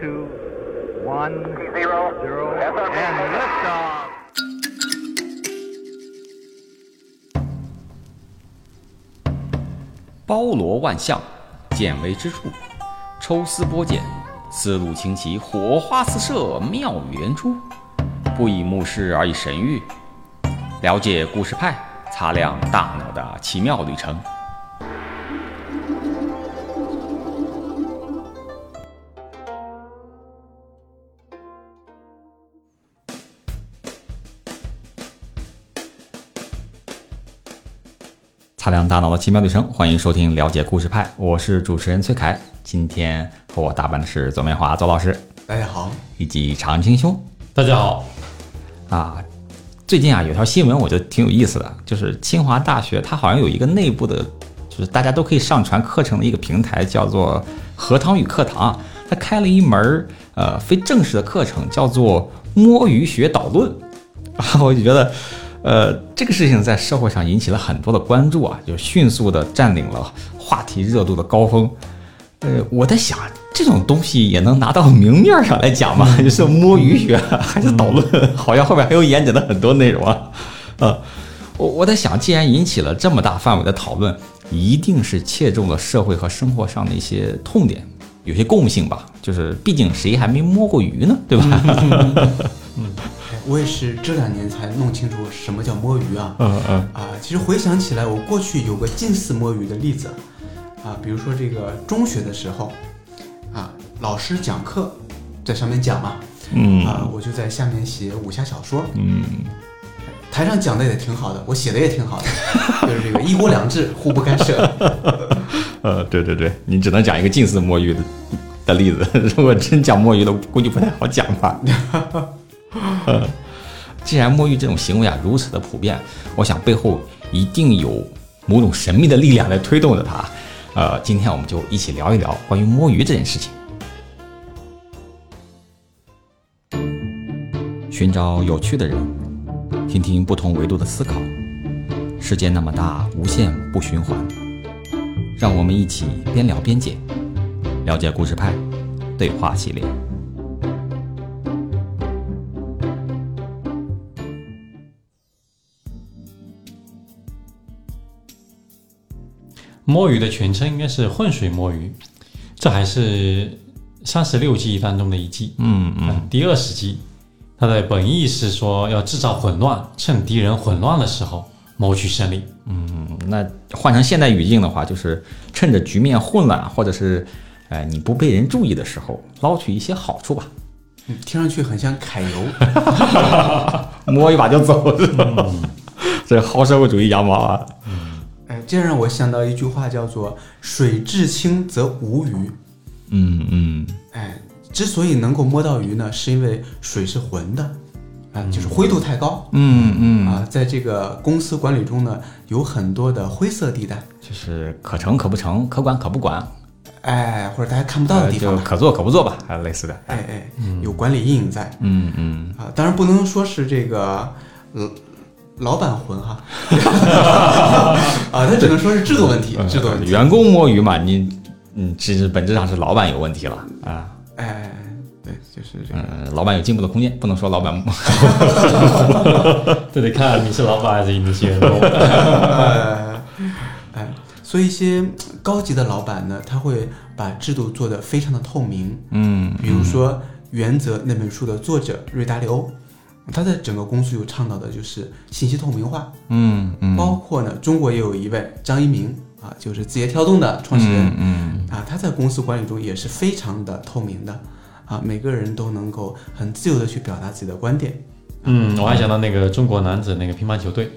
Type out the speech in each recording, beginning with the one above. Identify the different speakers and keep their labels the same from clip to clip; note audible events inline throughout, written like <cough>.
Speaker 1: two, one, zero, zero, and liftoff.
Speaker 2: 包罗万象，见微知著，抽丝剥茧，思路清奇，火花四射，妙语连珠。不以目视而以神域，了解故事派，擦亮大脑的奇妙旅程。擦亮大脑的奇妙旅程，欢迎收听了解故事派，我是主持人崔凯。今天和我搭档的是左美华左老师
Speaker 3: 大家好，
Speaker 2: 以及常青兄。
Speaker 4: 大家好，
Speaker 2: 啊，最近啊有条新闻我觉得挺有意思的，就是清华大学它好像有一个内部的，就是大家都可以上传课程的一个平台，叫做荷塘与课堂。它开了一门儿呃非正式的课程，叫做摸鱼学导论。啊， <laughs> 我就觉得，呃，这个事情在社会上引起了很多的关注啊，就迅速的占领了话题热度的高峰。呃，我在想，这种东西也能拿到明面上来讲吗？ <laughs> 就是摸鱼学啊还是导论？ <laughs> 好像后面还有延展的很多内容啊。呃，我我在想，既然引起了这么大范围的讨论，一定是切中了社会和生活上的一些痛点，有些共性吧。就是毕竟谁还没摸过鱼呢，对吧？ <laughs>
Speaker 3: 哎我也是这两年才弄清楚什么叫摸鱼啊。
Speaker 2: 嗯嗯
Speaker 3: 啊，其实回想起来，我过去有个近似摸鱼的例子，啊，比如说这个中学的时候，啊，老师讲课在上面讲嘛，
Speaker 2: 嗯
Speaker 3: 啊，我就在下面写武侠小说，
Speaker 2: 嗯，
Speaker 3: 台上讲的也挺好的，我写的也
Speaker 2: <laughs>
Speaker 3: 挺好的，就是这个一国两制，互不干涉。 <laughs>
Speaker 2: 呃，对对对，你只能讲一个近似摸鱼的的例子。 <laughs> 如果真讲摸鱼的，估计不太好讲吧。 <laughs> 呃，既然摸鱼这种行为啊如此的普遍，我想背后一定有某种神秘的力量在推动着它。呃，今天我们就一起聊一聊关于摸鱼这件事情。寻找有趣的人，听听不同维度的思考。世界那么大，无限不循环。让我们一起边聊边解，了解故事派对话系列。
Speaker 4: 摸鱼的全称应该是浑水摸鱼，这还是三十六计当中的一计，
Speaker 2: 嗯嗯
Speaker 4: 嗯，第二十计，它的本意是说要制造混乱，趁敌人混乱的时候谋取胜利。
Speaker 2: 嗯，那换成现代语境的话，就是趁着局面混乱，或者是呃你不被人注意的时候，捞取一些好处吧，
Speaker 3: 嗯听上去很像揩油，
Speaker 2: <laughs> 摸一把就走，是吧？ <laughs> 这薅社会主义羊毛啊！
Speaker 3: 哎，这让我想到一句话，叫做“水至清则无鱼”。
Speaker 2: 嗯嗯
Speaker 3: 哎，之所以能够摸到鱼呢，是因为水是浑的，啊，就是灰度太高、
Speaker 2: 嗯嗯，
Speaker 3: 啊，在这个公司管理中呢，有很多的灰色地带，
Speaker 2: 就是可成可不成，可管可不管，
Speaker 3: 哎，或者大家看不到
Speaker 2: 呃
Speaker 3: 的地方
Speaker 2: 就
Speaker 3: 吧，
Speaker 2: 可做可不做吧，还有类似的。
Speaker 3: 哎哎，有管理阴影在
Speaker 2: 嗯嗯，
Speaker 3: 啊，当然不能说是这个老老板浑哈，
Speaker 2: <laughs>
Speaker 3: 啊，他只能说是制度问题，制度问题，
Speaker 2: 呃员工摸鱼嘛，你嗯，其实本质上是老板有问题了啊。
Speaker 3: 哎，对，就是这个，
Speaker 2: 嗯，老板有进步的空间，不能说老板。
Speaker 4: 这得看你是老板还是你是员 <laughs> 工。
Speaker 2: <laughs>
Speaker 3: 呃，哎，所以一些高级的老板呢，他会把制度做得非常的透明，
Speaker 2: 嗯
Speaker 3: 比如说《原则》那本书的作者瑞达利欧，他在整个公司有倡导的就是信息透明化，
Speaker 2: 嗯嗯
Speaker 3: 包括呢，中国也有一位张一鸣啊，就是字节跳动的创始人
Speaker 2: 嗯
Speaker 3: 啊，他在公司管理中也是非常的透明的啊，每个人都能够很自由的去表达自己的观点。
Speaker 4: 嗯，我还想到那个中国男子那个乒乓球队，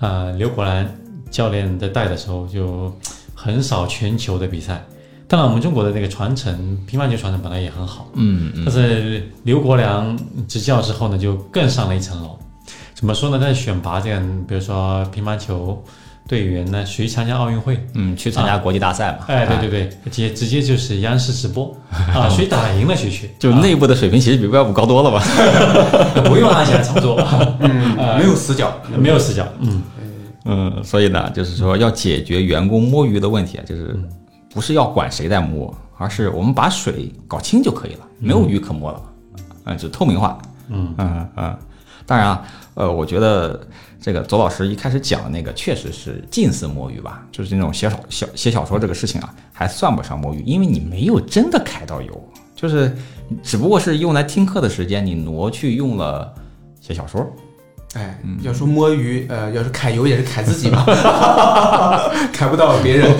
Speaker 4: 啊、刘国梁教练在带的时候就很少全球的比赛。当然，我们中国的那个传承，乒乓球传承本来也很好，
Speaker 2: 嗯
Speaker 4: 但是刘国梁执教之后呢，就更上了一层楼。怎么说呢？在选拔这样，比如说乒乓球队员呢，谁参加奥运会？
Speaker 2: 嗯，去参加国际大赛嘛。啊
Speaker 4: 哎，对对对，直接直接就是央视直播
Speaker 2: <laughs>
Speaker 4: 啊，谁打赢了谁去，
Speaker 2: 就内部的水平其实比外部高多了吧？
Speaker 4: <laughs> 不用按下操作， <laughs>
Speaker 2: 呃
Speaker 3: 嗯，没有死角。
Speaker 4: 没有死角。嗯，
Speaker 2: 嗯，啊所以呢，就是说要解决员工摸鱼的问题，就是不是要管谁在摸而是我们把水搞清就可以了，没有鱼可摸了，嗯，就透明化，
Speaker 4: 嗯
Speaker 2: 嗯嗯。当然啊，呃，我觉得这个左老师一开始讲的那个确实是近似摸鱼吧，就是那种写小小写小说这个事情啊，还算不上摸鱼，因为你没有真的揩到油，就是只不过是用来听课的时间，你挪去用了写小说。
Speaker 3: 哎，
Speaker 2: 嗯
Speaker 3: 要说摸鱼，呃，要是揩油也是揩自己吧， <laughs> 揩不到
Speaker 2: <laughs>
Speaker 3: 别人。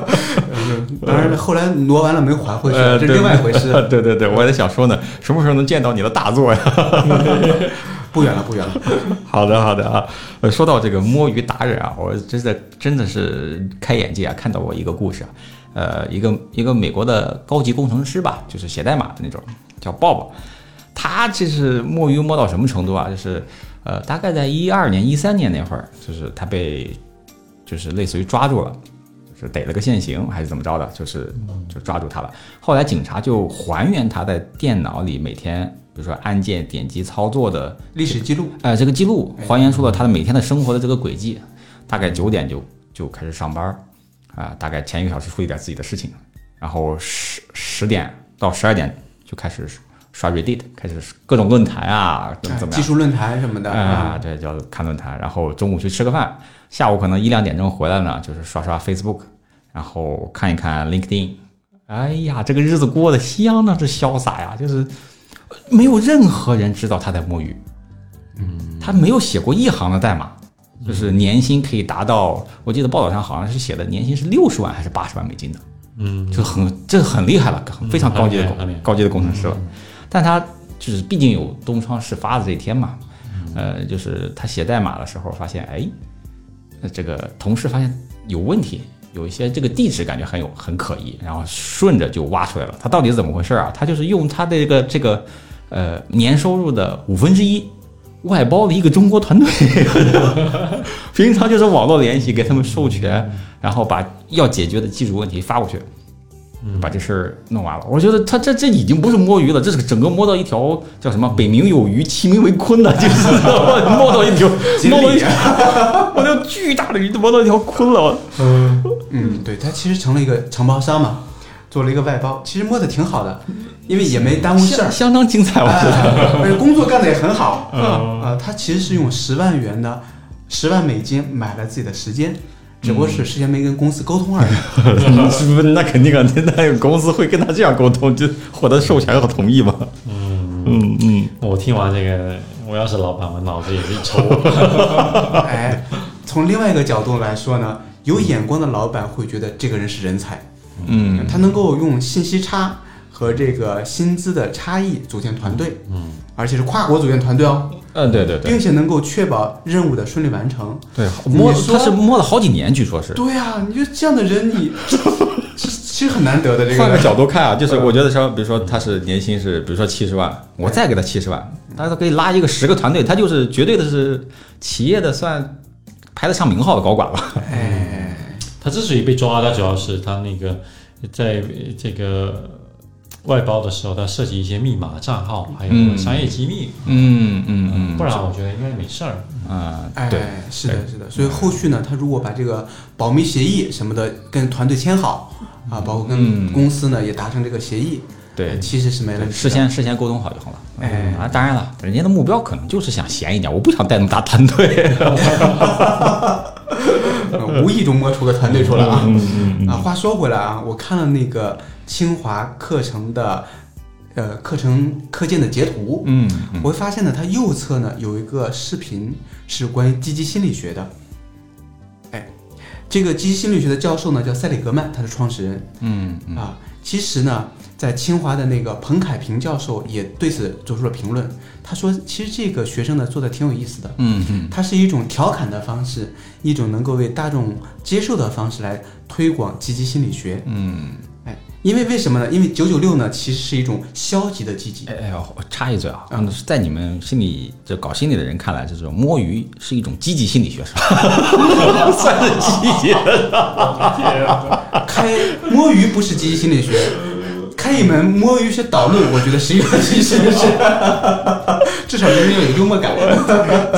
Speaker 3: 嗯当然，后来挪完了没还回去，
Speaker 2: 呃
Speaker 3: 这是
Speaker 2: 对
Speaker 3: 另外一回事。
Speaker 2: <laughs> 对对对，我也在想说呢，什么时候能见到你的大作呀？
Speaker 3: 不远了，不远了。
Speaker 2: <laughs> 好的，好的啊。呃，说到这个摸鱼达人啊，我真的真的是开眼界啊，看到过一个故事啊，呃，一个一个美国的高级工程师吧，就是写代码的那种，叫鲍勃，他这是摸鱼摸到什么程度啊？就是呃，大概在一二年、一三年那会儿，就是他被就是类似于抓住了。就是逮了个现行还是怎么着的，就是就抓住他了。后来警察就还原他在电脑里每天，比如说按键点击操作的
Speaker 3: 历史记录，
Speaker 2: 呃，这个记录
Speaker 3: 哎
Speaker 2: 还原出了他的每天的生活的这个轨迹，大概九点就就开始上班儿，啊、大概前一个小时处理点自己的事情，然后十十点到十二点就开始刷 Reddit，开始各种论坛啊，怎么怎么
Speaker 3: 哎技
Speaker 2: 样。
Speaker 3: 术论坛什么的
Speaker 2: 啊，对，就看论坛，然后中午去吃个饭，下午可能一两点钟回来呢，就是刷刷 Facebook，然后看一看 LinkedIn。哎呀，这个日子过得相当之潇洒呀，就是呃没有任何人知道他在摸鱼，嗯，他没有写过一行的代码，就是
Speaker 4: 嗯
Speaker 2: 年薪可以达到，我记得报道上好像是写的年薪是六十万还是八十万美金的，
Speaker 4: 嗯，
Speaker 2: 就很这很厉害了，很非常高级的
Speaker 4: 很厉害
Speaker 2: 工
Speaker 4: 很厉害嗯
Speaker 2: 高级的工程师了。但他就是毕竟有东窗事发的这一天嘛，
Speaker 4: 嗯
Speaker 2: 呃，就是他写代码的时候发现，哎，呃这个同事发现有问题，有一些这个地址感觉很有很可疑，然后顺着就挖出来了，他到底是怎么回事啊？他就是用他的这个这个呃年收入的五分之一。外包了一个中国团队， <laughs> 平常就是网络联系，给他们授权，然后把要解决的技术问题发过去，把这事儿弄完了。我觉得他这这已经不是摸鱼了，这是整个摸到一条叫什么“北冥有鱼，其名为鲲”的，就是 <laughs> 摸到一 <laughs> 条，
Speaker 3: 锦
Speaker 2: 摸到一
Speaker 3: 鲤
Speaker 2: 条，摸到巨大的鱼，摸到一条鲲了。
Speaker 3: 嗯嗯，对，他其实成了一个承包商嘛，做了一个外包，其实摸的挺好的，因为也没耽误事
Speaker 2: 相
Speaker 3: 儿，
Speaker 2: 相当精彩，我觉得。 <laughs>
Speaker 3: 哎而且工作干得也很好。
Speaker 2: 嗯
Speaker 3: 啊，他其实是用十万元的十万美金买了自己的时间，只不过是事先没跟公司沟通而已。
Speaker 2: 是不是那肯定啊，那那有公司会跟他这样沟通，就获得授权和同意吗？嗯嗯嗯，
Speaker 4: 我听完这个，我要是老板，我脑子也是一
Speaker 2: <laughs>
Speaker 4: 抽。
Speaker 3: 哎，从另外一个角度来说呢，有眼光的老板会觉得这个人是人才，
Speaker 2: 嗯
Speaker 3: 他能够用信息差和这个薪资的差异组建团队，
Speaker 4: 嗯，
Speaker 3: 而且是跨国组建团队哦，
Speaker 2: 嗯，对对对
Speaker 3: 并且能够确保任务的顺利完成。
Speaker 2: 对，摸
Speaker 3: 你说
Speaker 2: 他是摸了好几年，据说是。
Speaker 3: 对呀、你就这样的人，
Speaker 2: <laughs>
Speaker 3: 你其实其实很难得的这
Speaker 2: 换个
Speaker 3: 个。
Speaker 2: 角度看啊，就是我觉得说，比如说他是年薪是，比如说七十万，我再给他七十万，他可以拉一个十个团队，他就是绝对的是企业的算排得上名号的高管了。
Speaker 3: 哎，
Speaker 4: 他之所以被抓，他主要是他那个在呃这个外包的时候，他涉及一些密码、账号，还有
Speaker 2: 嗯
Speaker 4: 商业机密。
Speaker 2: 嗯嗯嗯
Speaker 4: 不然我觉得应该没事儿。
Speaker 2: 啊，
Speaker 3: 哎
Speaker 2: 对，，
Speaker 3: 是的，是的。所以后续呢，他如果把这个保密协议什么的跟团队签好啊，包括跟
Speaker 2: 嗯
Speaker 3: 公司呢也达成这个协议，
Speaker 2: 哎对
Speaker 3: 其实是没问题的。
Speaker 2: 嗯事先事先沟通好就好了。
Speaker 3: 哎
Speaker 2: 啊，当然了，人家的目标可能就是想闲一点，我不想带那么大团队。
Speaker 3: 呃无意中摸出个团队出来啊。
Speaker 2: 嗯
Speaker 3: 啊，话说回来啊，我看了那个清华课程的呃课程课件的截图，
Speaker 2: 嗯
Speaker 3: 我会发现呢，它右侧呢有一个视频是关于积极心理学的。哎，这个积极心理学的教授呢叫塞里格曼，他是创始人。
Speaker 2: 嗯嗯
Speaker 3: 啊，其实呢，在清华的那个彭凯平教授也对此做出了评论。他说，其实这个学生呢做的挺有意思的，
Speaker 2: 嗯嗯
Speaker 3: 它是一种调侃的方式，一种能够为大众接受的方式来推广积极心理学。
Speaker 2: 嗯，
Speaker 3: 哎，因为为什么呢？因为九九六呢，其实是一种消极的积
Speaker 2: <laughs>
Speaker 3: 极
Speaker 2: 哎。哎呦，我插一嘴啊，
Speaker 3: 嗯
Speaker 2: 在你们心理就搞心理的人看来，这种摸鱼是一种积极心理学，是吧？ <laughs> 算是积极。 <laughs>
Speaker 3: 开摸鱼不是积极心理学，开一门摸鱼是导论，我觉得是一种积极心理学， <laughs> 至少人人有幽默感。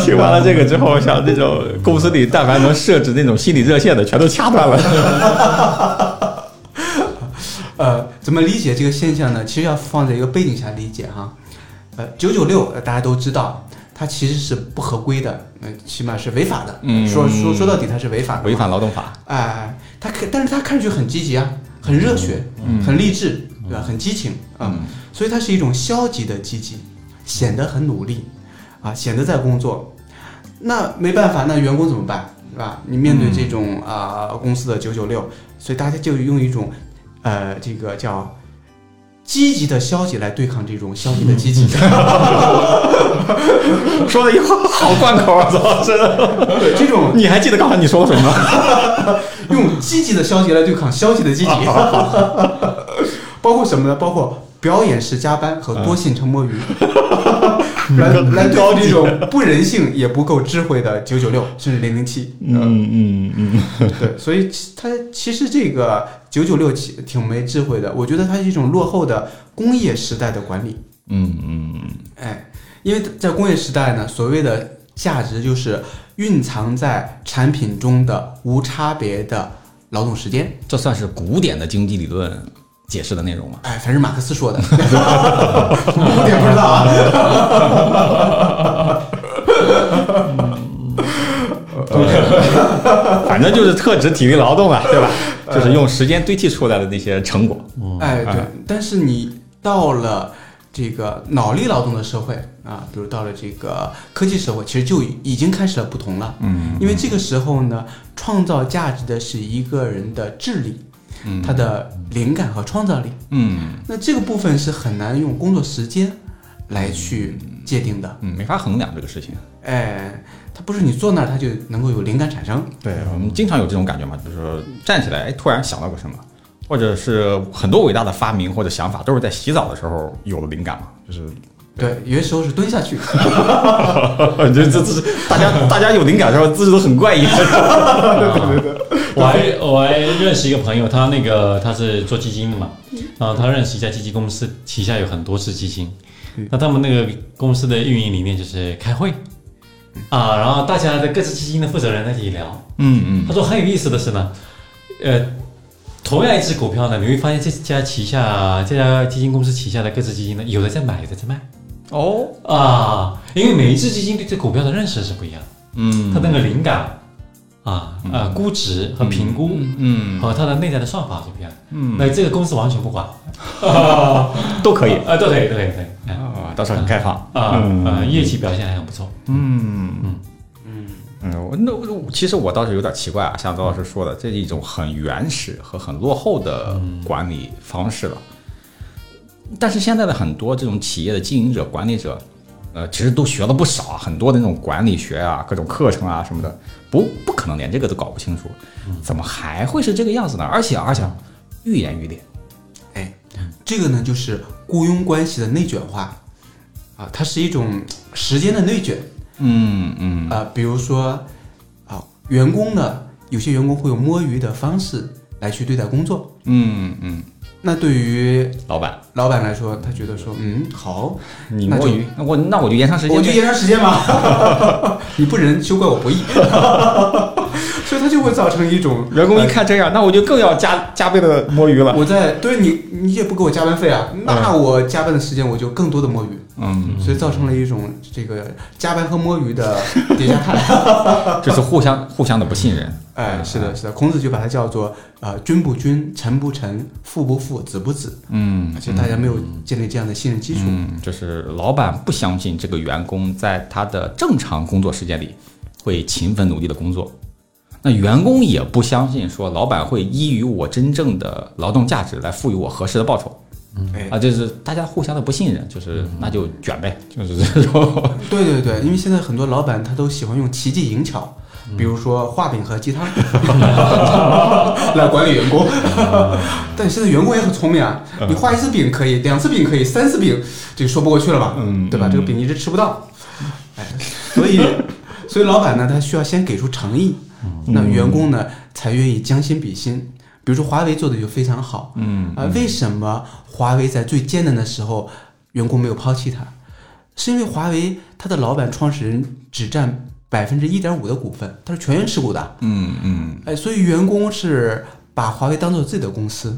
Speaker 2: 听完了这个之后，我想这种公司里但凡能设置那种心理热线的，全都掐断了。
Speaker 3: 呃，怎么理解这个现象呢？其实要放在一个背景下理解哈。呃，九九六大家都知道，它其实是不合规的，呃，起码是违法的。
Speaker 2: 嗯
Speaker 3: 说说说到底，它是违法的嘛。
Speaker 2: 违反劳动法。
Speaker 3: 哎，他看，但是他看上去很积极啊，很热血，很励志，对吧？很激情啊、所以他是一种消极的积极，显得很努力，啊，显得在工作。那没办法，那员工怎么办，对吧？你面对这种啊、公司的九九六，所以大家就用一种，呃，这个叫。积极的消极来对抗这种消极的积极，
Speaker 2: <laughs> 说的以后好贯口啊，操！真的，
Speaker 3: 对这种
Speaker 2: 你还记得刚才你说了什么吗？
Speaker 3: 用积极的消极来对抗消极的积
Speaker 2: 啊
Speaker 3: 极，包括什么呢？包括表演式加班和多线程摸鱼，
Speaker 2: 嗯 <laughs>
Speaker 3: 来来对付这种不人性也不够智慧的九九六甚至零零七。
Speaker 2: 嗯嗯嗯，
Speaker 3: 对，所以其它其实这个九九六其挺没智慧的，我觉得它是一种落后的工业时代的管理。
Speaker 2: 嗯嗯
Speaker 3: 哎，因为在工业时代呢，所谓的价值就是蕴藏在产品中的无差别的劳动时间。
Speaker 2: <laughs> 这算是古典的经济理论解释的内容吗？
Speaker 3: 哎，反正马克思说的， <laughs> 我也不知道啊。
Speaker 2: <laughs> 反正就是特指体力劳动啊，对吧？ <laughs> 就是用时间堆砌出来的那些成果。
Speaker 3: 哎，对，但是你到了这个脑力劳动的社会啊，比如到了这个科技社会，其实就已经开始了不同了。
Speaker 2: 嗯，
Speaker 3: 因为这个时候呢，创造价值的是一个人的智力，他的灵感和创造力。
Speaker 2: 嗯
Speaker 3: 那这个部分是很难用工作时间
Speaker 2: 嗯
Speaker 3: 来去界定的。
Speaker 2: 嗯，没法衡量这个事情。
Speaker 3: 哎，它不是你坐那儿，它就能够有灵感产生。
Speaker 2: 对我们经常有这种感觉嘛，就是说站起来，哎，突然想到个什么，或者是很多伟大的发明或者想法，都是在洗澡的时候有的灵感嘛，就是
Speaker 3: 对，有些时候是蹲下
Speaker 2: <laughs>
Speaker 3: 去。
Speaker 2: 这 <laughs> 这这，大家 <laughs> 大家有灵感的时候姿势都很怪异。
Speaker 4: 我还我还认识一个朋友，他那个他是做基金的嘛，
Speaker 2: 嗯
Speaker 4: 然后他认识一家基金公司，旗下有很多只基金，
Speaker 2: 嗯
Speaker 4: 那他们那个公司的运营理念就是开会啊，然后大家的各自基金的负责人在一起聊。
Speaker 2: 嗯
Speaker 4: 他说很有意思的是呢，呃，同样一只股票呢，你会发现这家旗下这家基金公司旗下的各自基金呢，有的在买，有的在卖
Speaker 2: 哦，
Speaker 4: 啊，因为每一只基金对这股票的认识是不一样的。
Speaker 2: 嗯
Speaker 4: 它那个灵感啊呃估值和评估，
Speaker 2: 嗯
Speaker 4: 和它的内在的算法是不一样的。
Speaker 2: 嗯
Speaker 4: 那这个公司完全不管，
Speaker 2: 都可以嗯
Speaker 4: 啊，对对对对，哎
Speaker 2: 啊，倒是很开放
Speaker 4: 啊呃，业绩表现还很不错。
Speaker 2: 嗯，我那我其实我倒是有点奇怪啊，像周老师说的，这是一种很原始和很落后的管理方式了。但是现在的很多这种企业的经营者、管理者，呃，其实都学了不少啊，很多的那种管理学啊、各种课程啊什么的，不不可能连这个都搞不清楚，怎么还会是这个样子呢？而且而且，愈演愈烈。
Speaker 3: 哎，这个呢就是雇佣关系的内卷化，啊，它是一种时间的内卷
Speaker 2: 嗯嗯
Speaker 3: 啊、比如说啊，员工呢，有些员工会用摸鱼的方式来去对待工作，
Speaker 2: 嗯嗯，
Speaker 3: 那对于
Speaker 2: 老板，
Speaker 3: 老板来说，他觉得说，嗯，好，
Speaker 2: 你
Speaker 3: 那
Speaker 2: 摸
Speaker 3: 就
Speaker 2: 鱼，那我那我就延长时间呗，
Speaker 3: 我就延长时间吧， <laughs> 你不仁，休怪我不义， <laughs> 所以他就会造成一种
Speaker 2: 员工一看这样，那我就更要加加倍的摸鱼了。
Speaker 3: 我在对你，你也不给我加班费啊，那我加班的时间我就更多的摸鱼，
Speaker 2: 嗯，
Speaker 3: 所以造成了一种这个加班和摸鱼的叠加 <laughs> 态。
Speaker 2: <laughs> 这是互相互相的不信任。
Speaker 3: 哎，是的，是的，孔子就把它叫做呃君不君，臣不臣，父不父，子不子，
Speaker 2: 嗯
Speaker 3: 而且大家没有建立这样的信任基础。
Speaker 2: 嗯，就是老板不相信这个员工在他的正常工作时间里会勤奋努力的工作，那员工也不相信说老板会依于我真正的劳动价值来赋予我合适的报酬
Speaker 3: 哎，
Speaker 2: 啊，就是大家互相的不信任，就是那就卷呗，就是这种。
Speaker 3: 对对对，因为现在很多老板他都喜欢用奇技淫巧。比如说画饼和鸡汤 <laughs> 来管理员工，但现在员工也很聪明啊，你画一次饼可以，两次饼可以，三次饼，这个说不过去了吧？
Speaker 2: 嗯
Speaker 3: 对吧？这个饼一直吃不到，哎，所 <laughs> 以，所以老板呢，他需要先给出诚意，那员工呢才愿意将心比心。比如说华为做的就非常好，
Speaker 2: 嗯
Speaker 3: 啊，为什么华为在最艰难的时候，员工没有抛弃他？是因为华为它的老板创始人只占百分之一点五的股份，他是全员持股的，
Speaker 2: 嗯嗯
Speaker 3: 哎，所以员工是把华为当做自己的公司，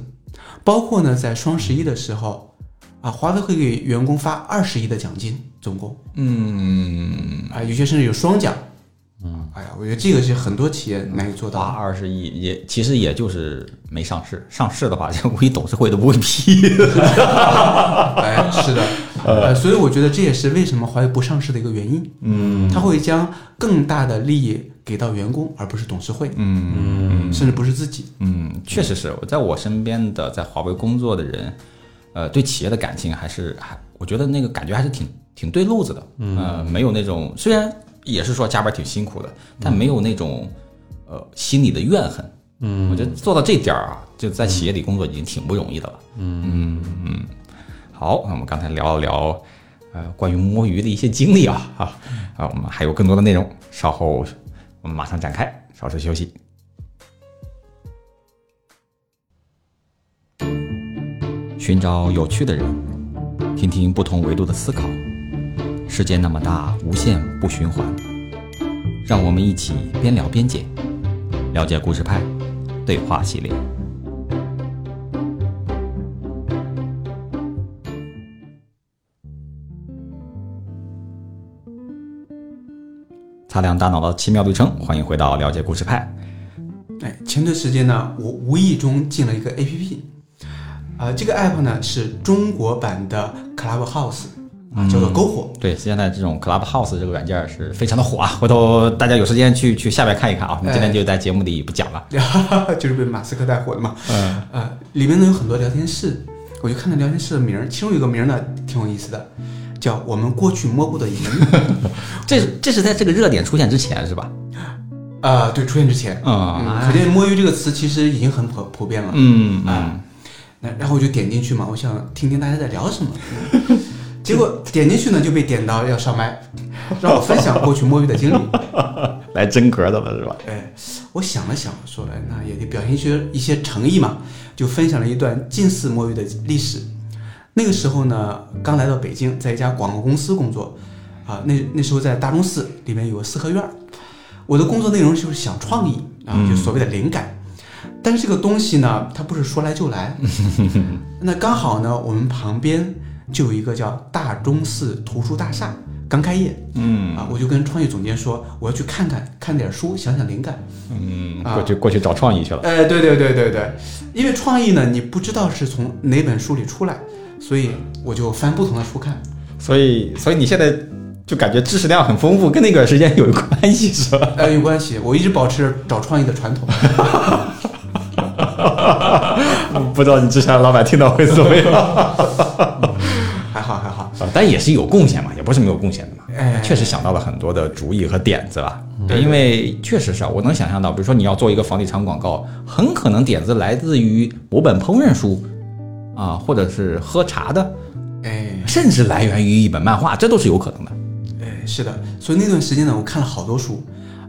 Speaker 3: 包括呢，在双十一的时候，啊，华为会给员工发二十亿的奖金，总共
Speaker 2: 嗯，
Speaker 3: 啊，有些甚至有双奖。嗯，哎呀，我觉得这个是很多企业难以做
Speaker 2: 花
Speaker 3: 到
Speaker 2: 二十亿也其实也就是没上市，上市的话，这估计董事会都不会批。
Speaker 3: 的。 <laughs> 哎，是的，呃，所以我觉得这也是为什么华为不上市的一个原因。嗯，它会将更大的利益给到员工，而不是董事会，
Speaker 2: 嗯
Speaker 3: 甚至不是自己。
Speaker 2: 嗯，确实是我在我身边的在华为工作的人，呃，对企业的感情还是还，我觉得那个感觉还是挺挺对路子的。嗯、呃，没有那种虽然也是说加班挺辛苦的，但没有那种呃心里的怨恨。
Speaker 4: 嗯
Speaker 2: 我觉得做到这点儿啊，就在企业里工作已经挺不容易的了。嗯嗯嗯。好，那我们刚才聊了聊，呃，关于摸鱼的一些经历啊啊啊，我们还有更多的内容，稍后我们马上展开，稍事休息。寻找有趣的人，听听不同维度的思考。世界那么大，无限不循环。让我们一起边聊边解，了解故事派对话系列。擦亮大脑的奇妙旅程，欢迎回到了解故事派。
Speaker 3: 哎，前段时间呢，我无意中进了一个 APP，啊、这个 app 呢是中国版的 Clubhouse，啊，叫做篝火。 <laughs>
Speaker 2: 对，现在这种 Clubhouse 这个软件是非常的火啊， <laughs> 回头大家有时间去去下面看一看啊。我们今天就在节目里不讲了。
Speaker 3: 就是被马斯克带火的嘛。嗯，呃，里面呢有很多聊天室，我就看了聊天室的名儿，其中有个名儿呢挺有意思的，叫“我们过去摸过 <laughs> 的云
Speaker 2: 这这是在这个热点出现之前是吧？”。
Speaker 3: 啊，对，出现之前，
Speaker 2: 嗯
Speaker 3: 嗯，可见“摸鱼”这个词其实已经很普普遍了。
Speaker 2: 嗯
Speaker 3: 啊，那然后我就点进去嘛，我想听听大家在聊什么。 <laughs> 结果点进去呢，就被点到要上麦，让我分享过去摸鱼的经历。
Speaker 2: 来真格的了是吧？
Speaker 3: 哎，我想了想，说，哎，那也得表现一些一些诚意嘛，就分享了一段近似摸鱼的历史。那个时候呢，刚来到北京，在一家广告公司工作，啊，那那时候在大钟寺里面有个四合院儿，我的工作内容就是想创意啊，就所谓的灵感。但是这个东西呢，它不是说来
Speaker 2: <laughs>
Speaker 3: 就来。那刚好呢，我们旁边就有一个叫大钟寺图书大厦，刚开业，
Speaker 2: 嗯
Speaker 3: 啊，我就跟创意总监说，我要去看看，看点书，想想灵感。
Speaker 2: 嗯，
Speaker 3: 啊
Speaker 2: 过去过去找创意去了。
Speaker 3: 哎，对对对对对，因为创意呢，你不知道是从哪本书里出来，所以我就翻不同的书看。
Speaker 2: 所以所以你现在就感觉知识量很丰富，跟那个时间有关系是吧？
Speaker 3: 哎，有关系，我一直保持找创意的传统。
Speaker 2: <laughs>
Speaker 3: <laughs>
Speaker 2: 不知道你之前的老板听到会怎么样，
Speaker 3: 还好还好，
Speaker 2: 呃但也是有贡献嘛，也不是没有贡献的嘛。
Speaker 3: 哎，
Speaker 2: 确实想到了很多的主意和点子吧，因为确实是啊我能想象到，比如说你要做一个房地产广告，很可能点子来自于某本烹饪书啊，或者是喝茶的，
Speaker 3: 哎
Speaker 2: 甚至来源于一本漫画，这都是有可能的。
Speaker 3: 哎，是的，所以那段时间呢，我看了好多书，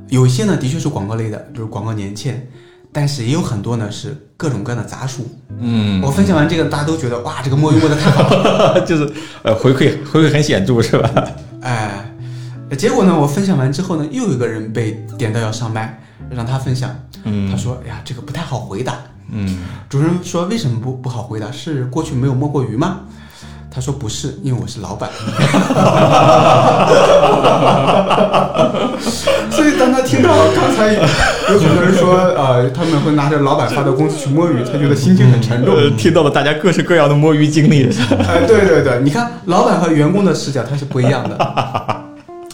Speaker 3: 有一些呢的确是广告类的，比如广告年鉴，但是也有很多呢是各种各样的杂书。
Speaker 2: 嗯，
Speaker 3: 我分享完这个，大家都觉得哇，这个摸鱼摸的太好了。
Speaker 2: <laughs> 就是呃回馈回馈很显著是 <laughs> 吧？
Speaker 3: 哎，结果呢，我分享完之后呢，又有一个人被点到要上麦，让他分享。嗯，他说：“哎呀，这个不太好回答。”嗯，主持人说：“为什么不不好回答？是过去没有摸过鱼吗？”他说：“不是，因为我是老板。” <laughs> 所以当他听到刚才有很多人说，呃，他们会拿着老板发的工资去摸鱼，他觉得心情很沉 <laughs> 重。
Speaker 2: 呃听到了大家各式各样的摸鱼经历，
Speaker 3: 哎，对对对，你看，老板和员工的视角他是不一样的。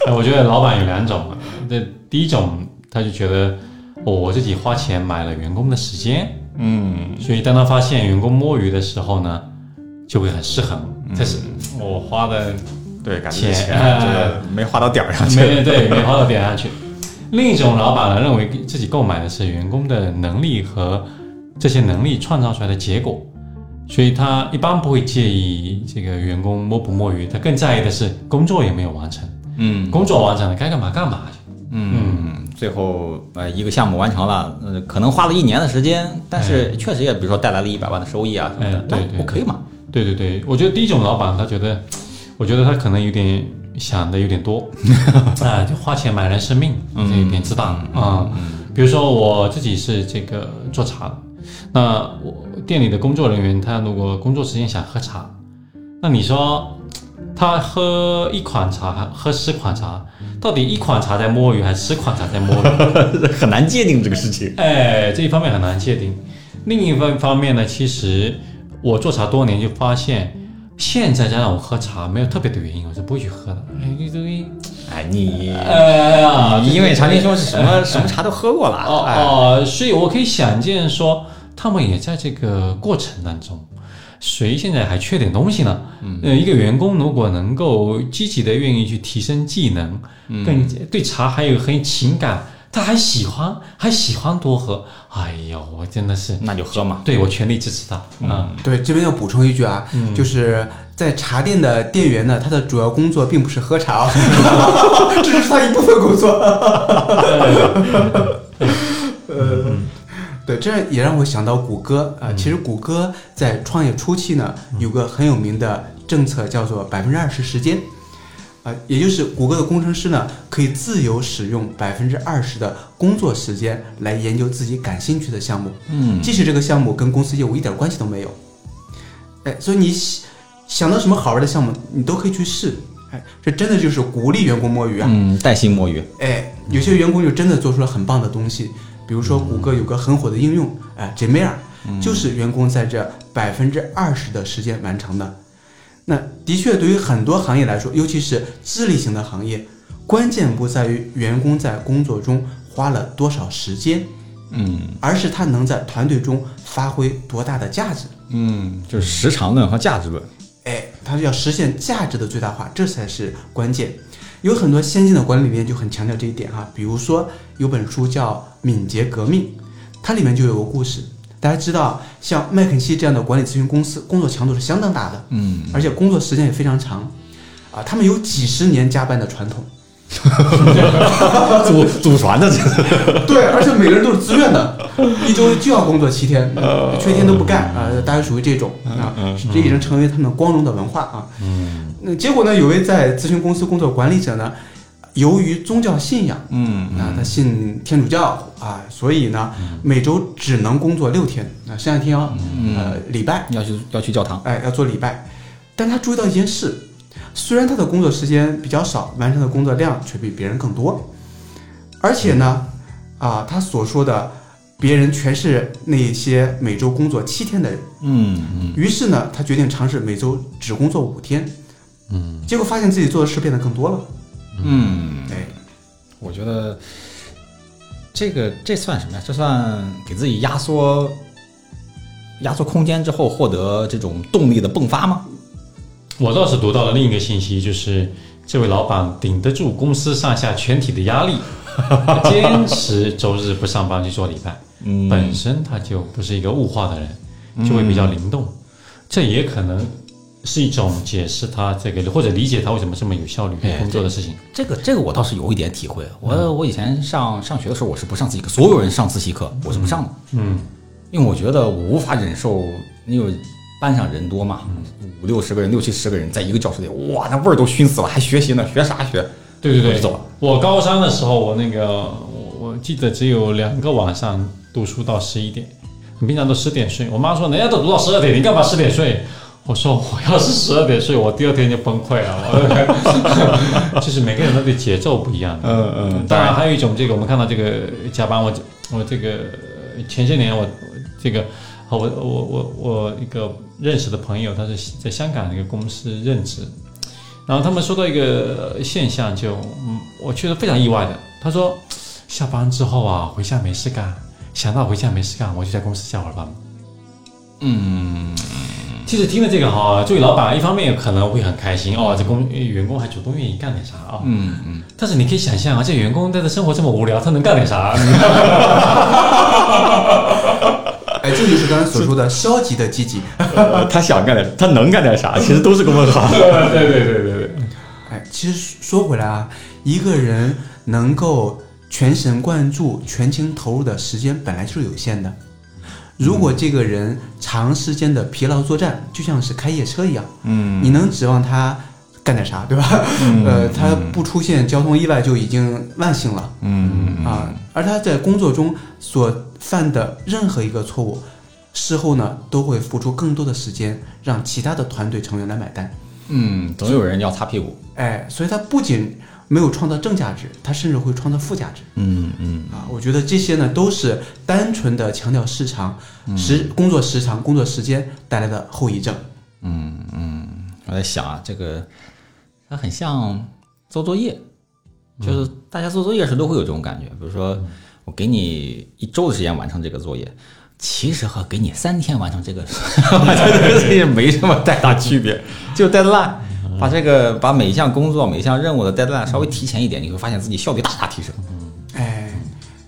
Speaker 4: 哎，我觉得老板有两种，那第一种他就觉得、哦我自己花钱买了员工的时间，嗯，所以当他发现员工摸鱼的时候呢，就会很失衡，
Speaker 2: 嗯
Speaker 4: 这是我花
Speaker 2: <laughs>
Speaker 4: 的
Speaker 2: 对，感
Speaker 4: 觉钱
Speaker 2: 啊这没花到点儿上去。
Speaker 4: 没对没花到点上去。另一种老板呢，认为自己购买的是员工的能力和这些能力创造出来的结果，所以他一般不会介意这个员工摸不摸鱼，他更在意的是工作有没有完成，
Speaker 2: 嗯
Speaker 4: 工作完成了该干嘛干嘛去。
Speaker 2: 嗯，最后呃一个项目完成了，呃可能花了一年的时间，但是确实也比如说带来了一百万的收益啊什么的
Speaker 4: 哎，对
Speaker 2: 那
Speaker 4: 对
Speaker 2: OK 嘛？ <laughs>
Speaker 4: 对对对，我觉得第一种老板他觉得，我觉得他可能有点想的有点多 <laughs> 啊，就花钱买来生命，这有点自大啊。比如说我自己是这个做茶的，那我店里的工作人员，他如果工作时间想喝茶，那你说他喝一款茶，喝十款茶，到底一款茶在摸鱼还是十款茶在摸鱼？
Speaker 2: 很难界定这个事情。
Speaker 4: 哎，这一方面很难界定。另一方方面呢，其实我做茶多年就发现，现在再让我喝茶，没有特别的原因，我是不会去喝的。哎，这东西，
Speaker 2: 哎，你
Speaker 4: 哎呀，
Speaker 2: 你因为常青兄是什
Speaker 4: 哎
Speaker 2: 么什么茶都喝过了，哎
Speaker 4: 哦哦，所以我可以想见说，他们也在这个过程当中，谁现在还缺点东西呢？嗯，呃，一个员工如果能够积极的愿意去提升技能，更对茶还有很有情感，他还喜欢，还喜欢多喝。哎呦，我真的是，
Speaker 2: 那就喝嘛。
Speaker 4: 对我全力支持他。嗯，
Speaker 3: 对，这边要补充一句啊，就是在茶店的店员呢，他的主要工作并不是喝茶哦，这只是他一部分工作。 <laughs> 呃，对，这也让我想到谷歌啊、其实谷歌在创业初期呢，有个很有名的政策叫做百分之二十时间。啊，也就是谷歌的工程师呢，可以自由使用百分之二十的工作时间来研究自己感兴趣的项目。
Speaker 2: 嗯，
Speaker 3: 即使这个项目跟公司业务一点关系都没有，哎，所以你喜想到什么好玩的项目，你都可以去试，哎，这真的就是鼓励员工摸鱼啊，
Speaker 2: 嗯，带薪摸鱼，
Speaker 3: 哎，有些员工就真的做出了很棒的东西，比如
Speaker 2: 嗯
Speaker 3: 说谷歌有个很火的应用，哎，Gmail，就是员工在这百分之二十的时间完成的。那的确，对于很多行业来说，尤其是智力型的行业，关键不在于员工在工作中花了多少时间，
Speaker 2: 嗯
Speaker 3: 而是他能在团队中发挥多大的价值。
Speaker 2: 嗯，就是时长论和价值论。
Speaker 3: 哎，他要实现价值的最大化，这才是关键。有很多先进的管理理念就很强调这一点哈，比如说有本书叫《敏捷革命》，它里面就有个故事。大家知道，像麦肯锡这样的管理咨询公司，工作强度是相当大的，
Speaker 2: 嗯，
Speaker 3: 而且工作时间也非常长，啊，他们有几十年加班的传统。
Speaker 2: <laughs> 祖祖传的这个，
Speaker 3: 对，而且每个人都是自愿的，一周就要工作七天，缺一天都不干啊、大家属于这种啊，
Speaker 2: 嗯
Speaker 3: 这已经成为他们光荣的文化啊。嗯，那结果呢，有位在咨询公司工作管理者呢，由于宗教信仰，
Speaker 2: 嗯
Speaker 3: 啊，他信天主教啊，所以呢，每周只能工作六天，啊，剩下一天要
Speaker 2: 嗯
Speaker 3: 呃礼拜，
Speaker 2: 要去要去教堂。
Speaker 3: 哎，要做礼拜。但他注意到一件事，虽然他的工作时间比较少，完成的工作量却比别人更多，而且呢，啊，他所说的别人全是那些每周工作七天的人。
Speaker 2: 嗯
Speaker 3: 于是呢，他决定尝试每周只工作五天。嗯，结果发现自己做的事变得更多了。
Speaker 2: 嗯，
Speaker 3: 哎，
Speaker 2: 我觉得这个这算什么呀？这算给自己压缩压缩空间之后获得这种动力的迸发吗？
Speaker 4: 我倒是读到了另一个信息，就是这位老板顶得住公司上下全体的压
Speaker 2: <laughs>
Speaker 4: 力，坚持周日不上班去做礼拜。
Speaker 2: 嗯
Speaker 4: 本身他就不是一个物化的人，就会比较灵
Speaker 2: 嗯
Speaker 4: 动。这也可能是一种解释他这个，或者理解他为什么这么有效率
Speaker 2: 哎
Speaker 4: 工作的事情。
Speaker 2: 这个这个我倒是有一点体会。我我以前上上学的时候，我是不上自习课，所有人上自习课，我是不上的，
Speaker 4: 嗯，
Speaker 2: 因为我觉得我无法忍受，因为班上人多嘛，五六十个人、六七十个人在一个教室里，哇，那味儿都熏死了，还学习呢，学啥学？
Speaker 4: 对对
Speaker 2: 我就
Speaker 4: 对
Speaker 2: 走了。，
Speaker 4: 我高三的时候，我那个我我记得只有两个晚上读书到十一点，你平常都十点睡。我妈说人家都读到十二点，你干嘛十点睡？我说我要是十二点睡，我第二天就崩溃了。我 <laughs> 就是每个人的节奏不一样。
Speaker 2: 嗯嗯
Speaker 4: 当然，还有一种这个，我们看到这个加班，我我这个呃前些年我我这个我我我我一个认识的朋友，他是在香港的一个公司任职，然后他们说到一个呃现象就，嗯，我觉得非常意外的，他说下班之后啊，回家没事干，想到回家没事干，我就在公司下会儿班。
Speaker 2: 嗯，
Speaker 4: 其实听了这个哈，作为老板，一方面有可能会很开心哦，这工员工还主动愿意干点啥啊、
Speaker 2: 嗯嗯，
Speaker 4: 但是你可以想象啊，这员工他的生活这么无聊，他能干点啥？
Speaker 2: <laughs>
Speaker 3: 哎，这就是刚才所说的消极的积
Speaker 2: <laughs>
Speaker 3: 极。
Speaker 2: 他想干点，他能干点啥，其实都是个问号。
Speaker 4: 对对对对对，
Speaker 3: 哎，其实说回来啊，一个人能够全神贯注、全情投入的时间本来就是有限的。
Speaker 2: 嗯
Speaker 3: 如果这个人长时间的疲劳作战，就像是开夜车一样，
Speaker 2: 嗯
Speaker 3: 你能指望他干点啥，对吧？呃，他不出现交通意外就已经万幸了
Speaker 2: 嗯
Speaker 3: 啊。而他在工作中所犯的任何一个错误，事后呢都会付出更多的时间让其他的团队成员来买单。
Speaker 2: 嗯，总有人要擦屁股。
Speaker 3: 哎，所以它不仅没有创造正价值，它甚至会创造负价值
Speaker 2: 嗯嗯
Speaker 3: 啊！我觉得这些呢都是单纯的强调市场时工作时长、工作时间带来的后遗症。
Speaker 2: 嗯嗯，我在想啊，这个它很像做作业，就是大家做作业时都会有这种感觉。比如说，我给你一周的时间完成这个作业。其实和给你三天完成 <laughs> 这个完成这个作业没什么太大区别，就 deadline，把这个把每一项工作、每一项任务的 deadline 稍微提前一点，你会发现自己效率大大提升。
Speaker 3: 哎，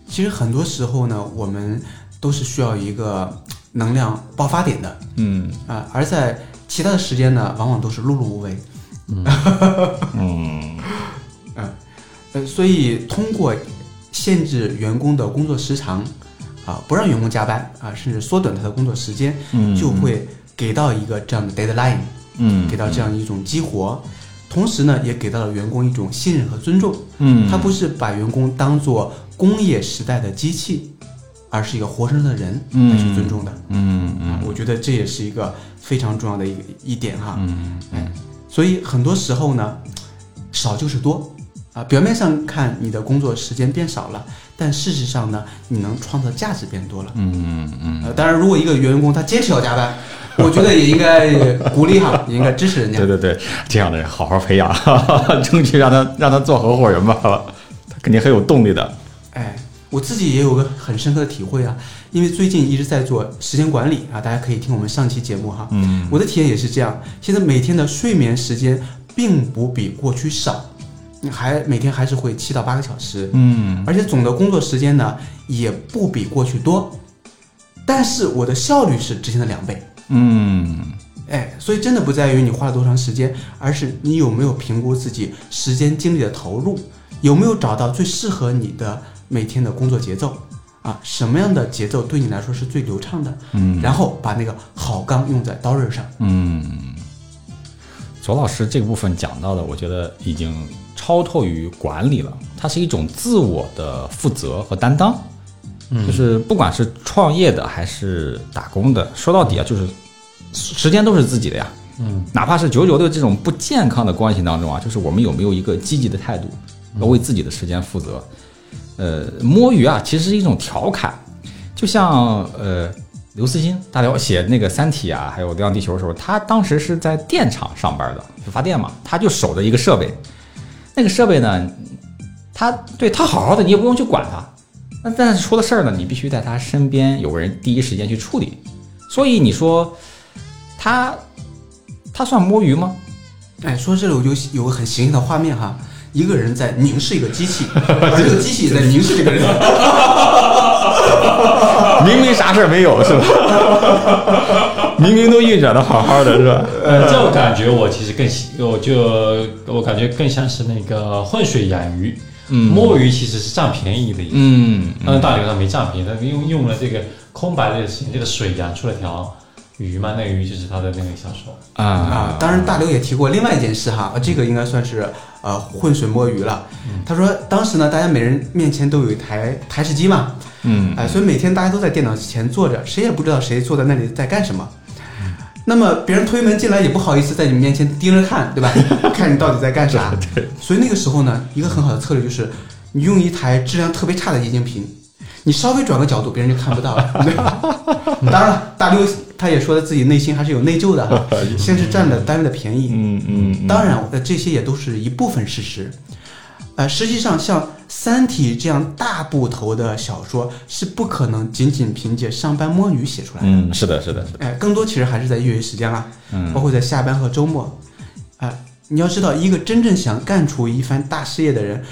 Speaker 3: 其实很多时候呢，我们都是需要一个能量爆发点的
Speaker 2: 嗯
Speaker 3: 啊，而在其他的时间呢，往往都是碌碌无为。 <laughs>
Speaker 2: 嗯
Speaker 3: 呃，所以通过限制员工的工作时长，啊，不让员工加班啊，甚至缩短他的工作时间，
Speaker 2: 嗯
Speaker 3: 就会给到一个这样的 deadline，
Speaker 2: 嗯
Speaker 3: 给到这样一种激活，同时呢，也给到了员工一种信任和尊重。
Speaker 2: 嗯，
Speaker 3: 他不是把员工当做工业时代的机器，而是一个活生生的人
Speaker 2: 嗯
Speaker 3: 来去尊重的。
Speaker 2: 嗯嗯
Speaker 3: 啊，我觉得这也是一个非常重要的一个一点哈。哎
Speaker 2: 嗯
Speaker 3: 所以很多时候呢，少就是多啊。表面上看你的工作时间变少了，但事实上呢，你能创造价值变多了。
Speaker 2: 嗯嗯，
Speaker 3: 呃，当然，如果一个员工他坚持要加班，我觉得也应该鼓励哈，也应该支持人家
Speaker 2: 对。对对，这样的人好好培养， <laughs> 争取让他让他做合伙人吧，他肯定很有动力的。
Speaker 3: 哎，我自己也有个很深刻的体会啊，因为最近一直在做时间管理啊，大家可以听我们上期节目哈。
Speaker 2: 嗯，
Speaker 3: 我的体验也是这样，现在每天的睡眠时间并不比过去少，还每天还是会七到八个小时。
Speaker 2: 嗯
Speaker 3: 而且总的工作时间呢也不比过去多，但是我的效率是之前的两倍。
Speaker 2: 嗯
Speaker 3: 哎，所以真的不在于你花了多长时间，而是你有没有评估自己时间精力的投入，有没有找到最适合你的每天的工作节奏啊？什么样的节奏对你来说是最流畅的？
Speaker 2: 嗯
Speaker 3: 然后把那个好钢用在刀刃上。
Speaker 2: 嗯，左老师这个部分讲到的，我觉得已经超脱于管理了，它是一种自我的负责和担当。就是不管是创业的还是打工的，说到底啊，就是时间都是自己的呀。
Speaker 4: 嗯，
Speaker 2: 哪怕是九九六这种不健康的关系当中啊，就是我们有没有一个积极的态度，要为自己的时间负责。呃，摸鱼啊，其实是一种调侃，就像呃刘慈欣大辽写那个《三体》啊，还有《流浪地球》的时候，他当时是在电厂上班的，就发电嘛，他就守着一个设备，那个设备呢，他对他好好的，你也不用去管他。那但是出了事儿呢，你必须在他身边有个人第一时间去处理。所以你说他他算摸鱼吗？
Speaker 3: 哎，说到这里我就有个很形象的画面哈，一个人在凝视一个机
Speaker 2: <laughs>
Speaker 3: 器，而这个机器也在凝视这个人。
Speaker 2: 明明啥事儿没有是吧？明明都运转的好好的是吧？
Speaker 4: 呃，这种感觉我其实更喜，我就我感觉更像是那个浑水养鱼，
Speaker 2: 嗯
Speaker 4: 摸鱼其实是占便宜的意思。
Speaker 2: 嗯
Speaker 4: 当然大流上没占便宜，但用用了这个空白的时间，这个水养出了条鱼嘛，那个鱼就是他的那个小
Speaker 2: <laughs>
Speaker 4: 说。
Speaker 3: 啊
Speaker 2: 啊，
Speaker 3: 当然大刘也提过另外一件事哈，呃这个应该算是呃浑水摸鱼了。
Speaker 2: 嗯
Speaker 3: 他说当时呢，大家每人面前都有一台台式机嘛，
Speaker 2: 嗯
Speaker 3: 哎、所以每天大家都在电脑前坐着，谁也不知道谁坐在那里在干什么。那么别人推门进来也不好意思在你面前盯着看，对吧？看你到底在干啥。所以那个时候呢，一个很好的策略就是，你用一台质量特别差的液晶屏，你稍微转个角度，别人就看不到了。当然了，大刘他也说他自己内心还是有内疚的哈，先是占了单位的便宜，
Speaker 2: 嗯嗯
Speaker 3: 当然，呃，这些也都是一部分事实。呃，实际上，像《三体》这样大部头的小说是不可能仅仅凭借上班摸鱼写出来的。
Speaker 2: 嗯，是的，是的，是的，
Speaker 3: 哎、更多其实还是在业余时间啦、
Speaker 2: 嗯
Speaker 3: 包括在下班和周末。啊、你要知道，一个真正想干出一番大事业的人，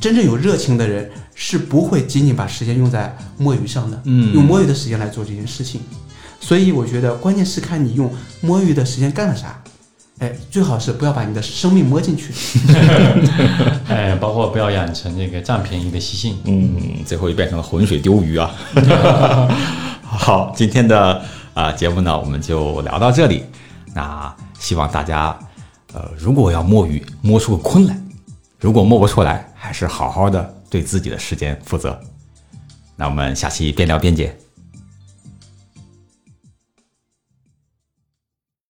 Speaker 3: 真正有热情的人，是不会仅仅把时间用在摸鱼上的，
Speaker 2: 嗯
Speaker 3: 用摸鱼的时间来做这件事情。所以我觉得，关键是看你用摸鱼的时间干了啥。哎，最好是不要把你的生命摸进去。
Speaker 4: 哎，包括不要养成这个占便宜的习性。
Speaker 2: 嗯，最后就变成了浑水丢鱼啊。 <laughs> 好，今天的啊、呃节目呢，我们就聊到这里。那希望大家，呃，如果要摸鱼，摸出个坤来；如果摸不出来，还是好好的对自己的时间负责。那我们下期边聊边解，